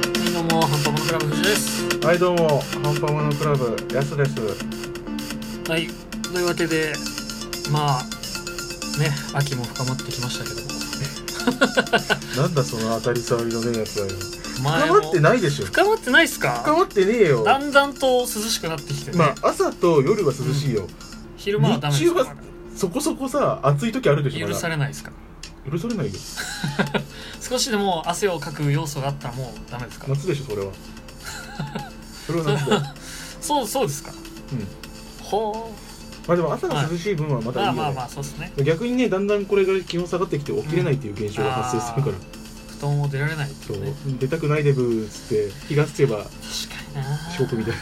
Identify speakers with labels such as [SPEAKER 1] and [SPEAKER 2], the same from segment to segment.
[SPEAKER 1] もハンパモノクラブ藤井です
[SPEAKER 2] はいどうもハンパモノクラブやすです
[SPEAKER 1] はいというわけでまあね秋も深まってきましたけど
[SPEAKER 2] なんだその当たり障りのねえやつはよ
[SPEAKER 1] 前
[SPEAKER 2] 深ま
[SPEAKER 1] も
[SPEAKER 2] ってないでしょ
[SPEAKER 1] 深まってないっすか
[SPEAKER 2] 深まってねえよ
[SPEAKER 1] だんだんと涼しくなってきてね、
[SPEAKER 2] まあ朝と夜は涼しいよ、
[SPEAKER 1] 昼間はダメで
[SPEAKER 2] 日
[SPEAKER 1] す
[SPEAKER 2] 中
[SPEAKER 1] か
[SPEAKER 2] はそこそこさ暑い時あるでしょ
[SPEAKER 1] 許さ
[SPEAKER 2] れ
[SPEAKER 1] れないですか
[SPEAKER 2] 許されないよ
[SPEAKER 1] 少しでも汗をかく要素があったらもうダメですか
[SPEAKER 2] 夏でしょ それはそれは夏だよ
[SPEAKER 1] そうそうですか
[SPEAKER 2] うん
[SPEAKER 1] ほ
[SPEAKER 2] まあでも朝が涼しい分はま
[SPEAKER 1] う
[SPEAKER 2] だ
[SPEAKER 1] まあ
[SPEAKER 2] いいよね、
[SPEAKER 1] まあまあそうですね
[SPEAKER 2] 逆にねだんだんこれが気温下がってきて起きれないっていう現象が発生するから、
[SPEAKER 1] 布団を出られないって
[SPEAKER 2] そ
[SPEAKER 1] いううね
[SPEAKER 2] 出たくないでブーっつって気がつけば
[SPEAKER 1] 確かにな
[SPEAKER 2] 遅刻みたい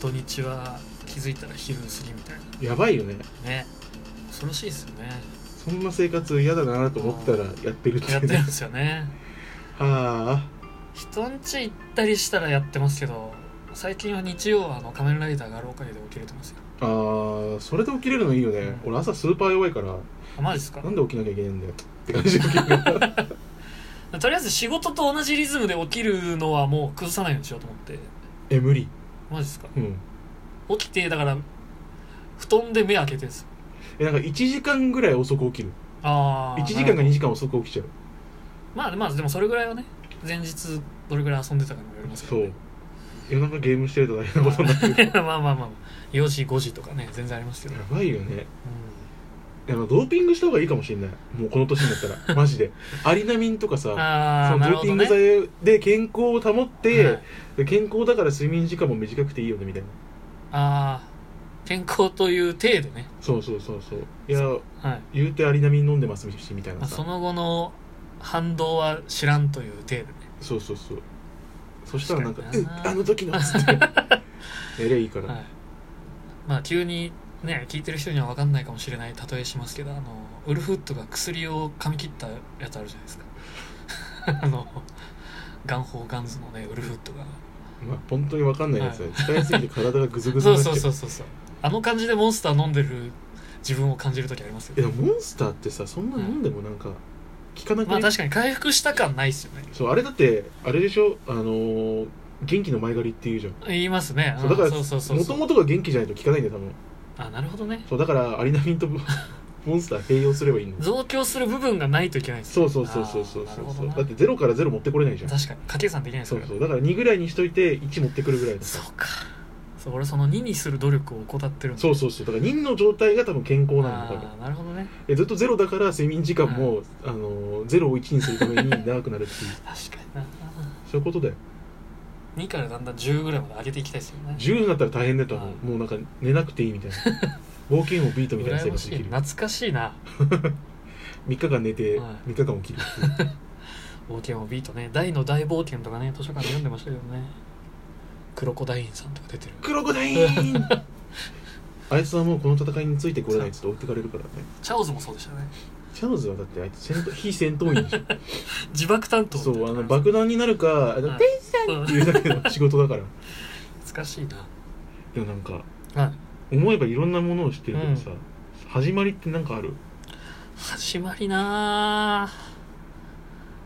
[SPEAKER 1] 土日は気づいたら昼過ぎみたい
[SPEAKER 2] なやばいよね
[SPEAKER 1] なね恐ろしいですよね
[SPEAKER 2] そんな生活嫌だなと思ったらやってるってい
[SPEAKER 1] やっ
[SPEAKER 2] う
[SPEAKER 1] てるん
[SPEAKER 2] ね
[SPEAKER 1] ですよね
[SPEAKER 2] は
[SPEAKER 1] 人んち行ったりしたらやってますけど最近は日曜はあの仮面ライダーが廊下で起きれてますよ
[SPEAKER 2] ああーそれで起きれるのいいよね、
[SPEAKER 1] うん
[SPEAKER 2] 俺朝スーパー弱いから
[SPEAKER 1] あマジですか
[SPEAKER 2] なんで起きなきゃいけないんだよって感 じで起きるあ
[SPEAKER 1] とりあえず仕事と同じリズムで起きるのはもう崩さないようにしようと思って
[SPEAKER 2] え無理
[SPEAKER 1] マジですか
[SPEAKER 2] うん
[SPEAKER 1] 起きてだから布団で目開けてるんですよ
[SPEAKER 2] えなんか1時間ぐらい遅く起きる
[SPEAKER 1] ああ
[SPEAKER 2] 1時間か2
[SPEAKER 1] に
[SPEAKER 2] 時間遅く起きちゃう
[SPEAKER 1] まあまあでもそれぐらいはね前日どれぐらい遊んでたかにもよりますけ
[SPEAKER 2] そ
[SPEAKER 1] ど、
[SPEAKER 2] う
[SPEAKER 1] ね、
[SPEAKER 2] 夜中ゲームしてると大変なこ とになってる
[SPEAKER 1] まあまあまあまあ4時5時とかね全然ありますけど、
[SPEAKER 2] や
[SPEAKER 1] うん
[SPEAKER 2] ばいよねいやまあドーピングした方がいいかもしれないもうこの年にな ったらマジでアリナミンとかさ
[SPEAKER 1] あ
[SPEAKER 2] そ
[SPEAKER 1] あ
[SPEAKER 2] の
[SPEAKER 1] な
[SPEAKER 2] ド
[SPEAKER 1] る
[SPEAKER 2] ー
[SPEAKER 1] ほ
[SPEAKER 2] ピ
[SPEAKER 1] ど
[SPEAKER 2] ング
[SPEAKER 1] ね
[SPEAKER 2] 剤で健康を保って、
[SPEAKER 1] はい
[SPEAKER 2] で健康だから睡眠時間も短くていいよねみたいな
[SPEAKER 1] ああ健康という体でね
[SPEAKER 2] そうそうそうそういや
[SPEAKER 1] はい
[SPEAKER 2] 言うてアリナミン飲んでますしみたい
[SPEAKER 1] ま
[SPEAKER 2] な
[SPEAKER 1] あ、
[SPEAKER 2] さ
[SPEAKER 1] その後の反動は知らんという程度ね
[SPEAKER 2] そうそうそうそしたらなんか「
[SPEAKER 1] 確か
[SPEAKER 2] う
[SPEAKER 1] に
[SPEAKER 2] っ
[SPEAKER 1] な
[SPEAKER 2] あの時の」っつって やりゃいいから、
[SPEAKER 1] はいまあ急にね聞いてる人には分かんないかもしれない例えしますけどあのウルフウッドが薬を噛み切ったやつあるじゃないですか あのガンホーガンズのねウルフウッドが
[SPEAKER 2] まあ本当に分かんないやつ、
[SPEAKER 1] は
[SPEAKER 2] 使いすぎて体がグズグズ
[SPEAKER 1] そ
[SPEAKER 2] に
[SPEAKER 1] う
[SPEAKER 2] なっちゃ
[SPEAKER 1] そうそうそうそうあの感じでモンスター飲んでる自分を感じる時あります
[SPEAKER 2] いや
[SPEAKER 1] よ
[SPEAKER 2] でもモンスターってさそんな飲んでもなんか効かなく
[SPEAKER 1] ま
[SPEAKER 2] な
[SPEAKER 1] あ
[SPEAKER 2] い、
[SPEAKER 1] 確かに回復した感ないっすよね
[SPEAKER 2] そうあれだってあれでしょあのー元気の前借りっていうじゃん
[SPEAKER 1] 言いますね
[SPEAKER 2] そうだから
[SPEAKER 1] うんそうそうそう
[SPEAKER 2] もともとが元気じゃないと効かないんだよ多分
[SPEAKER 1] あなるほどね
[SPEAKER 2] そうだからアリナミン とモンスター併用すればいいの
[SPEAKER 1] 増強する部分がないといけないですね
[SPEAKER 2] そうそうそうそうそう
[SPEAKER 1] あーな
[SPEAKER 2] そ
[SPEAKER 1] る
[SPEAKER 2] う
[SPEAKER 1] ほ
[SPEAKER 2] そ
[SPEAKER 1] ど
[SPEAKER 2] う
[SPEAKER 1] な
[SPEAKER 2] だってゼロからゼロ持ってこれないじゃん
[SPEAKER 1] 確かに掛け算できないです
[SPEAKER 2] そ
[SPEAKER 1] か
[SPEAKER 2] う
[SPEAKER 1] ら
[SPEAKER 2] そうだから2ぐらいにしといて1持ってくるぐらいだ
[SPEAKER 1] そうかそう俺その2にする努力を怠ってるんだ
[SPEAKER 2] そうそうそうだから人の状態が多分健康なんだ多分
[SPEAKER 1] あーなるほどね
[SPEAKER 2] えずっとゼロだから睡眠時間も、あのゼロを1にするために長くなる
[SPEAKER 1] 確
[SPEAKER 2] っていう
[SPEAKER 1] かにな
[SPEAKER 2] そういうことだよ
[SPEAKER 1] 2からだんだん10ぐらいまで上げていきたいですよね
[SPEAKER 2] 10になったら大変だと思う、
[SPEAKER 1] はい
[SPEAKER 2] もうなんか寝なくていいみたいな 冒険をビートみたいな
[SPEAKER 1] 羨
[SPEAKER 2] 生
[SPEAKER 1] ま
[SPEAKER 2] 活
[SPEAKER 1] しい
[SPEAKER 2] できる
[SPEAKER 1] 懐かしいな
[SPEAKER 2] 3日間寝て
[SPEAKER 1] は
[SPEAKER 2] 3日間起きるっていう
[SPEAKER 1] 冒険をビートね大の大冒険とかね図書館で読んでましたけどねクロコダインさんとか出てる
[SPEAKER 2] クロコダインあいつはもうこの戦いについてこれないっつって置いてかれるからね
[SPEAKER 1] チャオズもそうでしたね
[SPEAKER 2] チャールズはだってあいつ戦闘非戦闘 員でし
[SPEAKER 1] 自爆担
[SPEAKER 2] ょ
[SPEAKER 1] 当
[SPEAKER 2] そうあの爆弾になるかあの
[SPEAKER 1] はい
[SPEAKER 2] ペイさ
[SPEAKER 1] うんん
[SPEAKER 2] っていうだけの仕事だから
[SPEAKER 1] 懐かしいな
[SPEAKER 2] でもなんか
[SPEAKER 1] はい
[SPEAKER 2] 思えばいろんなものを知ってるけどさ、始まりってなんかある
[SPEAKER 1] 始まりなあ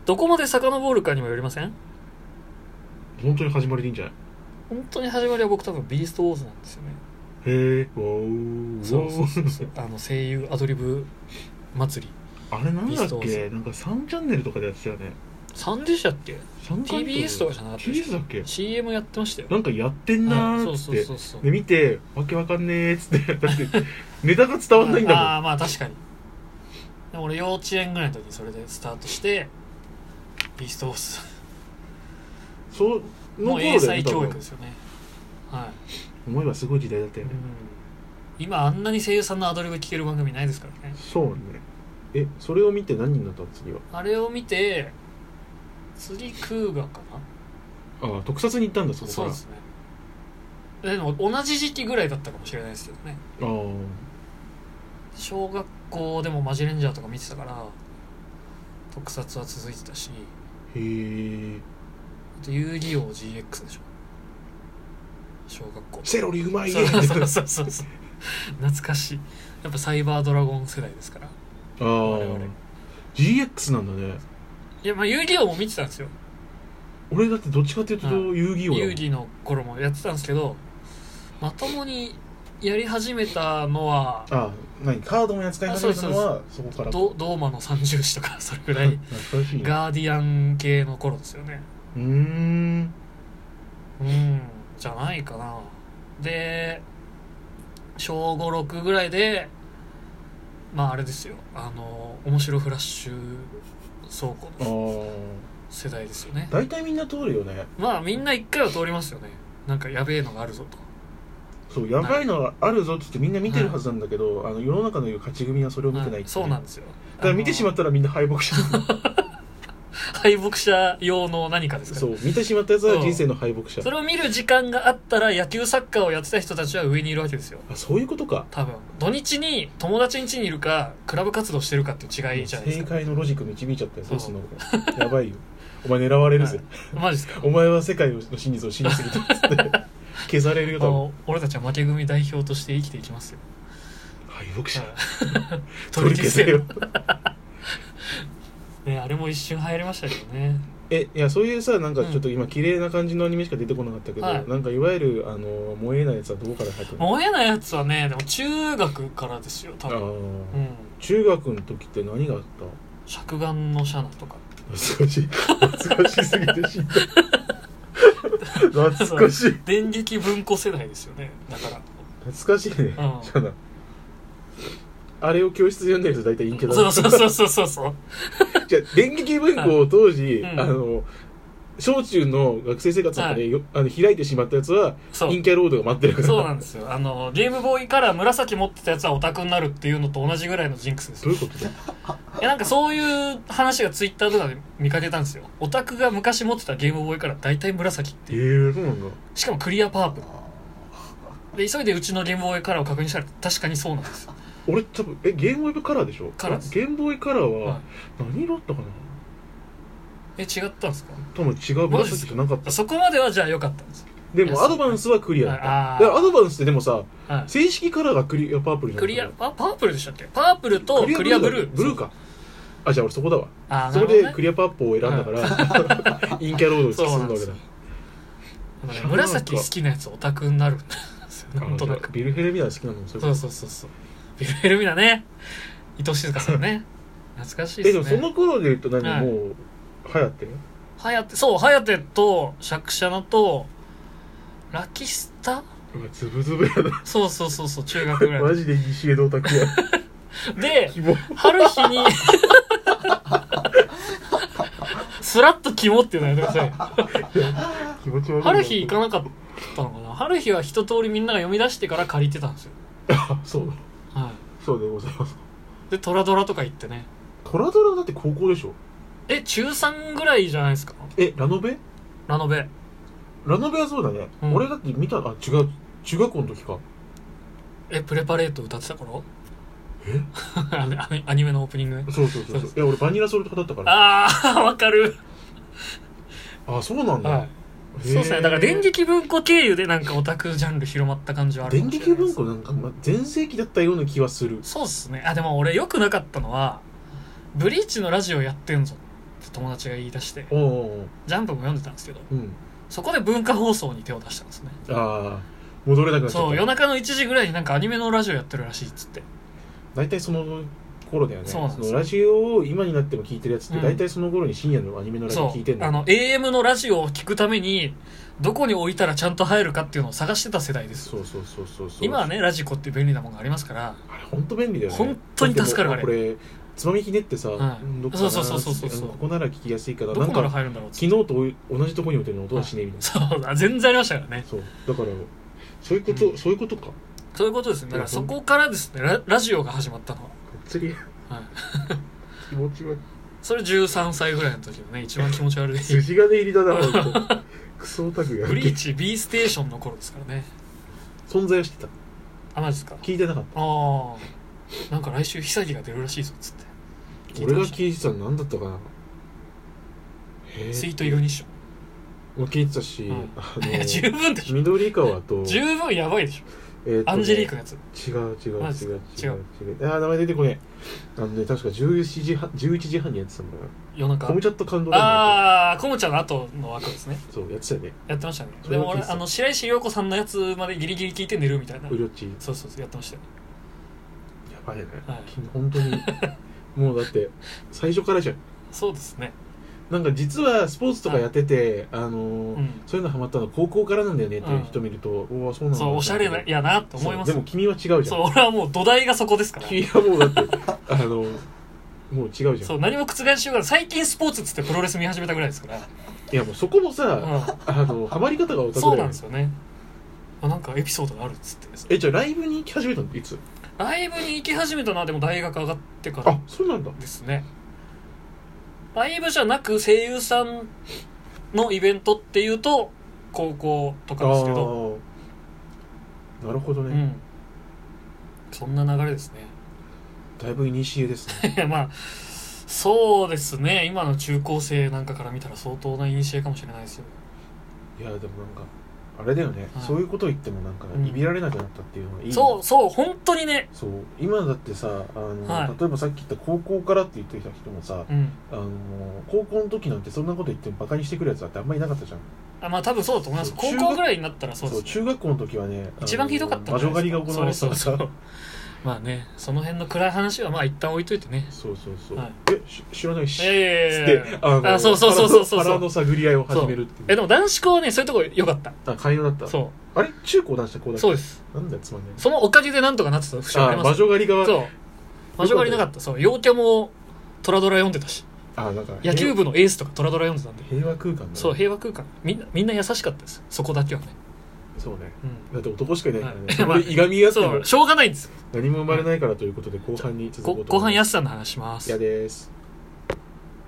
[SPEAKER 1] どこまで遡るかにもよりません
[SPEAKER 2] 本当に始まりでいいんじゃない
[SPEAKER 1] 本当に始まりは僕多分ビーストウォーズなんですよね
[SPEAKER 2] へえわお
[SPEAKER 1] そうそう そうそう うあの声優アドリブ祭り
[SPEAKER 2] あれなん
[SPEAKER 1] ビ
[SPEAKER 2] だ
[SPEAKER 1] ス
[SPEAKER 2] っ
[SPEAKER 1] トー
[SPEAKER 2] け
[SPEAKER 1] ズ
[SPEAKER 2] なんか3チャンネルとかでやってたよね
[SPEAKER 1] 3でしたっけ
[SPEAKER 2] 3チャンネル
[SPEAKER 1] TBS とかじゃなかったでし
[SPEAKER 2] TBS だっけ
[SPEAKER 1] CM やってましたよ
[SPEAKER 2] なんかやってんな
[SPEAKER 1] はい
[SPEAKER 2] ー
[SPEAKER 1] そ
[SPEAKER 2] っ
[SPEAKER 1] う
[SPEAKER 2] つっ
[SPEAKER 1] そ
[SPEAKER 2] て、
[SPEAKER 1] うそうそう
[SPEAKER 2] で見てわけわかんねえっつってだってネタが伝わんないんだ
[SPEAKER 1] ああまあ確かにでも俺幼稚園ぐらいの時にそれでスタートしてビーストウォー
[SPEAKER 2] もんそう
[SPEAKER 1] ズ
[SPEAKER 2] の
[SPEAKER 1] もう
[SPEAKER 2] 頃だよ
[SPEAKER 1] 英才
[SPEAKER 2] ね多
[SPEAKER 1] 教育
[SPEAKER 2] 分
[SPEAKER 1] ですよねはい、
[SPEAKER 2] 思えばすごい時代だったよ
[SPEAKER 1] うん
[SPEAKER 2] ね、
[SPEAKER 1] 今あんなに声優さんのアドリブ聞ける番組ないですからね
[SPEAKER 2] そうねえそれを見て何になったの次は
[SPEAKER 1] あれを見て釣り空河かな
[SPEAKER 2] ああ特撮に行ったんだそこか
[SPEAKER 1] そう
[SPEAKER 2] ら
[SPEAKER 1] ですねでも同じ時期ぐらいだったかもしれないですけどね
[SPEAKER 2] ああ
[SPEAKER 1] 小学校でもマジレンジャーとか見てたから特撮は続いてたし
[SPEAKER 2] へえ
[SPEAKER 1] あと遊戯王 GX でしょ小学校
[SPEAKER 2] セロリうまいね
[SPEAKER 1] そうそうそうそうそう懐かしいやっぱサイバードラゴン世代ですから
[SPEAKER 2] あ
[SPEAKER 1] 我
[SPEAKER 2] あ
[SPEAKER 1] 々
[SPEAKER 2] GX なんだね
[SPEAKER 1] いやまあ遊戯王も見てたんですよ
[SPEAKER 2] 俺だってどっちかっていうと
[SPEAKER 1] うん
[SPEAKER 2] 遊戯王だ
[SPEAKER 1] ユ
[SPEAKER 2] もん
[SPEAKER 1] ーギの頃もやってたんですけどまともにやり始めたのは
[SPEAKER 2] あ何カードも扱い始めたのはそこから
[SPEAKER 1] ドドーマの三重士とかそれぐらい
[SPEAKER 2] 懐かしいね
[SPEAKER 1] ガーディアン系の頃ですよね
[SPEAKER 2] うーん
[SPEAKER 1] うんじゃないかなで小56ぐらいでまああれですよあの面白フラッシュ倉庫
[SPEAKER 2] あ
[SPEAKER 1] の
[SPEAKER 2] あ
[SPEAKER 1] 世代ですよね
[SPEAKER 2] 大体みんな通るよね
[SPEAKER 1] まあみんな一回は通りますよねなんかやべえのがあるぞと
[SPEAKER 2] そうやばいのがあるぞっつってみんな見てるはずなんだけど、あの世の中のいう勝ち組はそれを見てないってい、
[SPEAKER 1] うんそうなんですよ
[SPEAKER 2] だから見てしまったらみんな敗北者
[SPEAKER 1] 敗北者用の何かですか
[SPEAKER 2] そ
[SPEAKER 1] ら
[SPEAKER 2] う見てしまったやつは人生の敗北者
[SPEAKER 1] それを見る時間があったら野球サッカーをやってた人たちは上にいるわけですよ
[SPEAKER 2] あそういうことか
[SPEAKER 1] 多分土日に友達ん家にいるかクラブ活動してるかっていう違いじゃないで
[SPEAKER 2] 正
[SPEAKER 1] すか
[SPEAKER 2] 解のロジック導いちゃったよ
[SPEAKER 1] そう
[SPEAKER 2] そのやばいよお前狙われるぜ、
[SPEAKER 1] マジですか
[SPEAKER 2] お前は世界の真実を信じすぎたっ つって消されるよ
[SPEAKER 1] あ
[SPEAKER 2] 多分
[SPEAKER 1] の俺たちは負け組代表として生きていきますよ
[SPEAKER 2] 敗北者
[SPEAKER 1] 取り消せよ
[SPEAKER 2] 取り消
[SPEAKER 1] ねあれも一瞬流行りましたけどね
[SPEAKER 2] えいやそういうさなんかちょっと今綺麗な感じのアニメしか出てこなかったけど、
[SPEAKER 1] はい
[SPEAKER 2] なんかいわゆるあの燃えないやつはどこから入ってるの
[SPEAKER 1] 燃えないやつはねでも中学からですよ多
[SPEAKER 2] あ
[SPEAKER 1] 分う
[SPEAKER 2] ー
[SPEAKER 1] ん
[SPEAKER 2] 中学の時って何があった
[SPEAKER 1] 着眼のシャナとか
[SPEAKER 2] 懐かしい懐かしすぎて死んだ懐かしい
[SPEAKER 1] 電撃文庫世代ですよねだから
[SPEAKER 2] 懐かしいね、
[SPEAKER 1] ん
[SPEAKER 2] じゃあなあれを教室で読んでる人大体陰キャだ
[SPEAKER 1] そうそう
[SPEAKER 2] う
[SPEAKER 1] そうそうそうそう
[SPEAKER 2] じゃあ電撃文庫を当時、
[SPEAKER 1] うん
[SPEAKER 2] あの小中の学生生活の中でよ、あの開いてしまったやつは
[SPEAKER 1] そう
[SPEAKER 2] 陰キャロードが待ってるから
[SPEAKER 1] そうなんですよあのゲームボーイから紫持ってたやつはオタクになるっていうのと同じぐらいのジンクスです
[SPEAKER 2] どう
[SPEAKER 1] よ
[SPEAKER 2] いうことだ
[SPEAKER 1] えなんかそういう話がツイッターとかで見かけたんですよオタクが昔持ってたゲームボーイから大体紫って
[SPEAKER 2] ええ
[SPEAKER 1] いう
[SPEAKER 2] そうなんだ
[SPEAKER 1] しかもクリアパープルで急いでうちのゲームボーイカラーを確認したら確かにそうなんですよ
[SPEAKER 2] 俺多分えゲームボーイカラーでしょ
[SPEAKER 1] カラーです
[SPEAKER 2] ゲームボーイカラー
[SPEAKER 1] は
[SPEAKER 2] は何色だったかな
[SPEAKER 1] え違ったんですか
[SPEAKER 2] 多分違う
[SPEAKER 1] マジっす
[SPEAKER 2] 紫じゃなかった
[SPEAKER 1] そこまではじゃあ良かったんですよ
[SPEAKER 2] で
[SPEAKER 1] いや
[SPEAKER 2] も
[SPEAKER 1] そう
[SPEAKER 2] アドバンスはクリアだった
[SPEAKER 1] あー
[SPEAKER 2] だからアドバンスってでもさ
[SPEAKER 1] はい
[SPEAKER 2] 正式カラーがクリアパープルじゃ
[SPEAKER 1] ク
[SPEAKER 2] なかっ
[SPEAKER 1] リ
[SPEAKER 2] た
[SPEAKER 1] アパパープルでしたっけパープルとクリアブルー
[SPEAKER 2] ブルーかあじゃあ俺そこだわ
[SPEAKER 1] あーな
[SPEAKER 2] そ
[SPEAKER 1] る
[SPEAKER 2] こ
[SPEAKER 1] ほどね
[SPEAKER 2] でクリアパープを選んだ から、陰キャロードを進んだわけだ
[SPEAKER 1] なんかね紫好きなやつオタクになる なんとなく
[SPEAKER 2] あビルヘルミナー好きなのそういう
[SPEAKER 1] そ
[SPEAKER 2] こ
[SPEAKER 1] うそ
[SPEAKER 2] と
[SPEAKER 1] うそうそうビルヘルミナね伊藤静香さんね懐かしい
[SPEAKER 2] え
[SPEAKER 1] です
[SPEAKER 2] で
[SPEAKER 1] ね
[SPEAKER 2] もその頃で言うと何、
[SPEAKER 1] はい
[SPEAKER 2] もう流行ってる
[SPEAKER 1] 颯そう颯と釈迦のとラキスタ
[SPEAKER 2] うわズブズブや
[SPEAKER 1] そうそうそうそう中学ぐ
[SPEAKER 2] な
[SPEAKER 1] ら
[SPEAKER 2] マ
[SPEAKER 1] い
[SPEAKER 2] ジで西江戸オタクや
[SPEAKER 1] で
[SPEAKER 2] キモ
[SPEAKER 1] 春日にスラッと肝っていうのやめてください
[SPEAKER 2] 気持ち悪いな
[SPEAKER 1] 春日行かなかったのかな春日は一通りみんなが読み出してから借りてたんですよ
[SPEAKER 2] あそうだ
[SPEAKER 1] は
[SPEAKER 2] そうでございます
[SPEAKER 1] いでトラドラとか行ってね
[SPEAKER 2] トラドラだって高校でしょ
[SPEAKER 1] え中3ぐらいじゃないですか
[SPEAKER 2] えラノベ
[SPEAKER 1] ラノベ
[SPEAKER 2] ラノベはそうだね、
[SPEAKER 1] うん
[SPEAKER 2] 俺だって見たあ違う中学校の時か
[SPEAKER 1] えプレパレート歌ってた頃
[SPEAKER 2] え
[SPEAKER 1] あのあのアニメのオープニングね
[SPEAKER 2] そうそうそう
[SPEAKER 1] そ
[SPEAKER 2] そうういや俺バニラソルト派だったから
[SPEAKER 1] ああわかる、
[SPEAKER 2] あそうなんだ、
[SPEAKER 1] はい、
[SPEAKER 2] へー
[SPEAKER 1] そうですねだから電撃文庫経由でなんかオタクジャンル広まった感じはあるか
[SPEAKER 2] 電
[SPEAKER 1] もしれな
[SPEAKER 2] 撃
[SPEAKER 1] いです
[SPEAKER 2] 文庫なんかま全盛期だったような気はする
[SPEAKER 1] そうっすねあでも俺よくなかったのは「ブリーチのラジオやってんぞ」って友達が言い出して
[SPEAKER 2] おうおうおう
[SPEAKER 1] ジャンプも読んでたんですけど
[SPEAKER 2] うん
[SPEAKER 1] そこで文化放送に手を出したんですね
[SPEAKER 2] ああ戻れなくなっちゃ
[SPEAKER 1] そう
[SPEAKER 2] っ
[SPEAKER 1] 夜
[SPEAKER 2] た
[SPEAKER 1] 中の1時ぐらいになんかアニメのラジオやってるらしいっつって
[SPEAKER 2] 大体その頃だよね
[SPEAKER 1] そうなんですよ
[SPEAKER 2] のラジオを今になっても聞いてるやつって
[SPEAKER 1] うん
[SPEAKER 2] 大体その頃に深夜のアニメのラジオ
[SPEAKER 1] そ
[SPEAKER 2] 聞いてん
[SPEAKER 1] う
[SPEAKER 2] の
[SPEAKER 1] あの AM のラジオを聞くためにどこに置いたらちゃんと入るかっていうのを探してた世代です
[SPEAKER 2] そうそうそうそうそう
[SPEAKER 1] 今はねラジコって便利なものがありますから
[SPEAKER 2] あれ本当便利だよね
[SPEAKER 1] ほんとに助かる
[SPEAKER 2] だってもうこれつまみひねってさ、
[SPEAKER 1] はい
[SPEAKER 2] うんどこかな
[SPEAKER 1] そうそうそうそうそう
[SPEAKER 2] うんここなら聞きやすいかな
[SPEAKER 1] どこ
[SPEAKER 2] な
[SPEAKER 1] か
[SPEAKER 2] ん
[SPEAKER 1] ら
[SPEAKER 2] か
[SPEAKER 1] 入るんだろうっつ
[SPEAKER 2] 昨
[SPEAKER 1] って
[SPEAKER 2] 日と同じとこに置いてるの音はしねえみたいな、
[SPEAKER 1] そうだ全然ありましたからね
[SPEAKER 2] そうだからそういうこと、
[SPEAKER 1] うん
[SPEAKER 2] そういうことか
[SPEAKER 1] そういうことですねだからそこからですねララジオが始まったのは、
[SPEAKER 2] 釣り
[SPEAKER 1] はい、
[SPEAKER 2] 気持ち悪い
[SPEAKER 1] それ13歳ぐらいの時のね一番気持ち悪い
[SPEAKER 2] 筋金入りだな本当クソオタクが
[SPEAKER 1] ブリーチ B ステーションの頃ですからね
[SPEAKER 2] 存在を知ってた
[SPEAKER 1] あマジですか
[SPEAKER 2] 聞いてなかっ
[SPEAKER 1] ああなんか来週ひさぎが出るらしいぞっつって
[SPEAKER 2] た
[SPEAKER 1] 聞いて
[SPEAKER 2] 俺が
[SPEAKER 1] ました
[SPEAKER 2] 聞いてたの何だったかなえ
[SPEAKER 1] スイートイグニッション、
[SPEAKER 2] も聞いてたし、
[SPEAKER 1] うん
[SPEAKER 2] あ
[SPEAKER 1] いや十
[SPEAKER 2] の
[SPEAKER 1] 分でしょ
[SPEAKER 2] 緑川と
[SPEAKER 1] 十分やばいでしょ
[SPEAKER 2] えーっと
[SPEAKER 1] アンジェリークのやつ
[SPEAKER 2] 違う違う
[SPEAKER 1] マジ
[SPEAKER 2] 違う
[SPEAKER 1] です
[SPEAKER 2] 違
[SPEAKER 1] か
[SPEAKER 2] う違うああ名前出てこねえあのね確か11時半11時半にやってたんだよ
[SPEAKER 1] 夜
[SPEAKER 2] な
[SPEAKER 1] 中
[SPEAKER 2] コムチャット感動だ
[SPEAKER 1] ああコムちゃんの後の枠ですね
[SPEAKER 2] そうやってたよね
[SPEAKER 1] やってましたね
[SPEAKER 2] それ
[SPEAKER 1] で
[SPEAKER 2] は
[SPEAKER 1] も
[SPEAKER 2] 聞い
[SPEAKER 1] 俺
[SPEAKER 2] てた
[SPEAKER 1] あの白石陽子さんのやつまでギリギリ聞いて寝るみたいな
[SPEAKER 2] うりょっちや
[SPEAKER 1] そうそうそうやってましたよ
[SPEAKER 2] ばいよね、
[SPEAKER 1] はい
[SPEAKER 2] き本当に もうだって最初からじゃん
[SPEAKER 1] そうですね
[SPEAKER 2] なんか実はスポーツとかやってて、あのー
[SPEAKER 1] うん
[SPEAKER 2] そういうのハマったの高校からなんだよねっていう人見ると、おおそうなんだ
[SPEAKER 1] そうおしゃれなやなと思います
[SPEAKER 2] そう
[SPEAKER 1] よ
[SPEAKER 2] でも君は違うじ
[SPEAKER 1] そ
[SPEAKER 2] ゃ
[SPEAKER 1] うん俺はもう土台がそこですから
[SPEAKER 2] 君はもうだってあのもう違うじゃん
[SPEAKER 1] そう何も覆しようがない最近スポーツっつってプロレス見始めたぐらいですから
[SPEAKER 2] いやもうそこもさ、
[SPEAKER 1] う
[SPEAKER 2] あのハマり方がお
[SPEAKER 1] ん、そうな
[SPEAKER 2] だよ
[SPEAKER 1] ん
[SPEAKER 2] ね
[SPEAKER 1] ですよねあなんかエピソードがあるっつって
[SPEAKER 2] えじゃあライブに行き始めたのいつ
[SPEAKER 1] ライブに行き始めたのはでも大学上がってから
[SPEAKER 2] あそうなんだ
[SPEAKER 1] ですねライブじゃなく声優さんのイベントっていうと高校とかですけど、
[SPEAKER 2] あーなるほど
[SPEAKER 1] う
[SPEAKER 2] ね、
[SPEAKER 1] ん、そんな流れですね
[SPEAKER 2] だいぶ古です ね
[SPEAKER 1] いやまあそうですね今の中高生なんかから見たら相当な印象かもしれないですよ
[SPEAKER 2] いやでもなんかあれだよね、
[SPEAKER 1] はい
[SPEAKER 2] そういうこと言ってもなんか
[SPEAKER 1] うん
[SPEAKER 2] いびられなくなったっていうのがいい、
[SPEAKER 1] そうそう本当にね
[SPEAKER 2] そう今だってさあの、
[SPEAKER 1] はい
[SPEAKER 2] 例えばさっき言った高校からって言ってきた人もさ、
[SPEAKER 1] うん
[SPEAKER 2] あの高校の時なんてそんなこと言ってもバカにしてくるやつだってあんまりいなかったじゃん
[SPEAKER 1] あまあ多分そうだと思います
[SPEAKER 2] そう
[SPEAKER 1] 高
[SPEAKER 2] 中学
[SPEAKER 1] 校ぐらいになったらそうですね
[SPEAKER 2] 中学校の時はねあの
[SPEAKER 1] 一番ひどかったん
[SPEAKER 2] 魔
[SPEAKER 1] じゃ
[SPEAKER 2] 女
[SPEAKER 1] ない
[SPEAKER 2] 狩
[SPEAKER 1] で
[SPEAKER 2] り
[SPEAKER 1] すか
[SPEAKER 2] が行われて
[SPEAKER 1] そ
[SPEAKER 2] たから
[SPEAKER 1] うそうそうまあねその辺の暗い話はまあ一旦置いといてね
[SPEAKER 2] そうそうそう、
[SPEAKER 1] はい
[SPEAKER 2] えし知らないし、
[SPEAKER 1] え
[SPEAKER 2] つって
[SPEAKER 1] えあそうそうそうそうそうそ
[SPEAKER 2] 腹の腹の
[SPEAKER 1] う
[SPEAKER 2] 探り合いを始めるってい
[SPEAKER 1] え
[SPEAKER 2] う
[SPEAKER 1] でも男子校はねそういうとこ良かった
[SPEAKER 2] あ寛容だった
[SPEAKER 1] そ
[SPEAKER 2] あれ中高男子高
[SPEAKER 1] う
[SPEAKER 2] だ
[SPEAKER 1] そうです
[SPEAKER 2] なんだよつまんね
[SPEAKER 1] そのおかげでなんとかなってた節
[SPEAKER 2] え
[SPEAKER 1] はあ
[SPEAKER 2] あ
[SPEAKER 1] りま
[SPEAKER 2] 魔
[SPEAKER 1] すよ
[SPEAKER 2] 女狩り側
[SPEAKER 1] そう魔女狩りなかったそう陽キャもトラドラ読んでたし
[SPEAKER 2] あなんか
[SPEAKER 1] 野球部のエースとかトラドラ読んでたんで
[SPEAKER 2] 平和平和空間だね
[SPEAKER 1] そう平和空間みんなみんな優しかったですそこだけはね
[SPEAKER 2] そうね
[SPEAKER 1] うん
[SPEAKER 2] だって男しかいないからね、
[SPEAKER 1] はい
[SPEAKER 2] そこでいがみ合って
[SPEAKER 1] そ
[SPEAKER 2] も
[SPEAKER 1] うしょうがないんですよ
[SPEAKER 2] 何も生まれないからということで後半に続
[SPEAKER 1] ご
[SPEAKER 2] こうと
[SPEAKER 1] 後
[SPEAKER 2] 思
[SPEAKER 1] 半
[SPEAKER 2] いま
[SPEAKER 1] や
[SPEAKER 2] す
[SPEAKER 1] すさんの話します
[SPEAKER 2] やです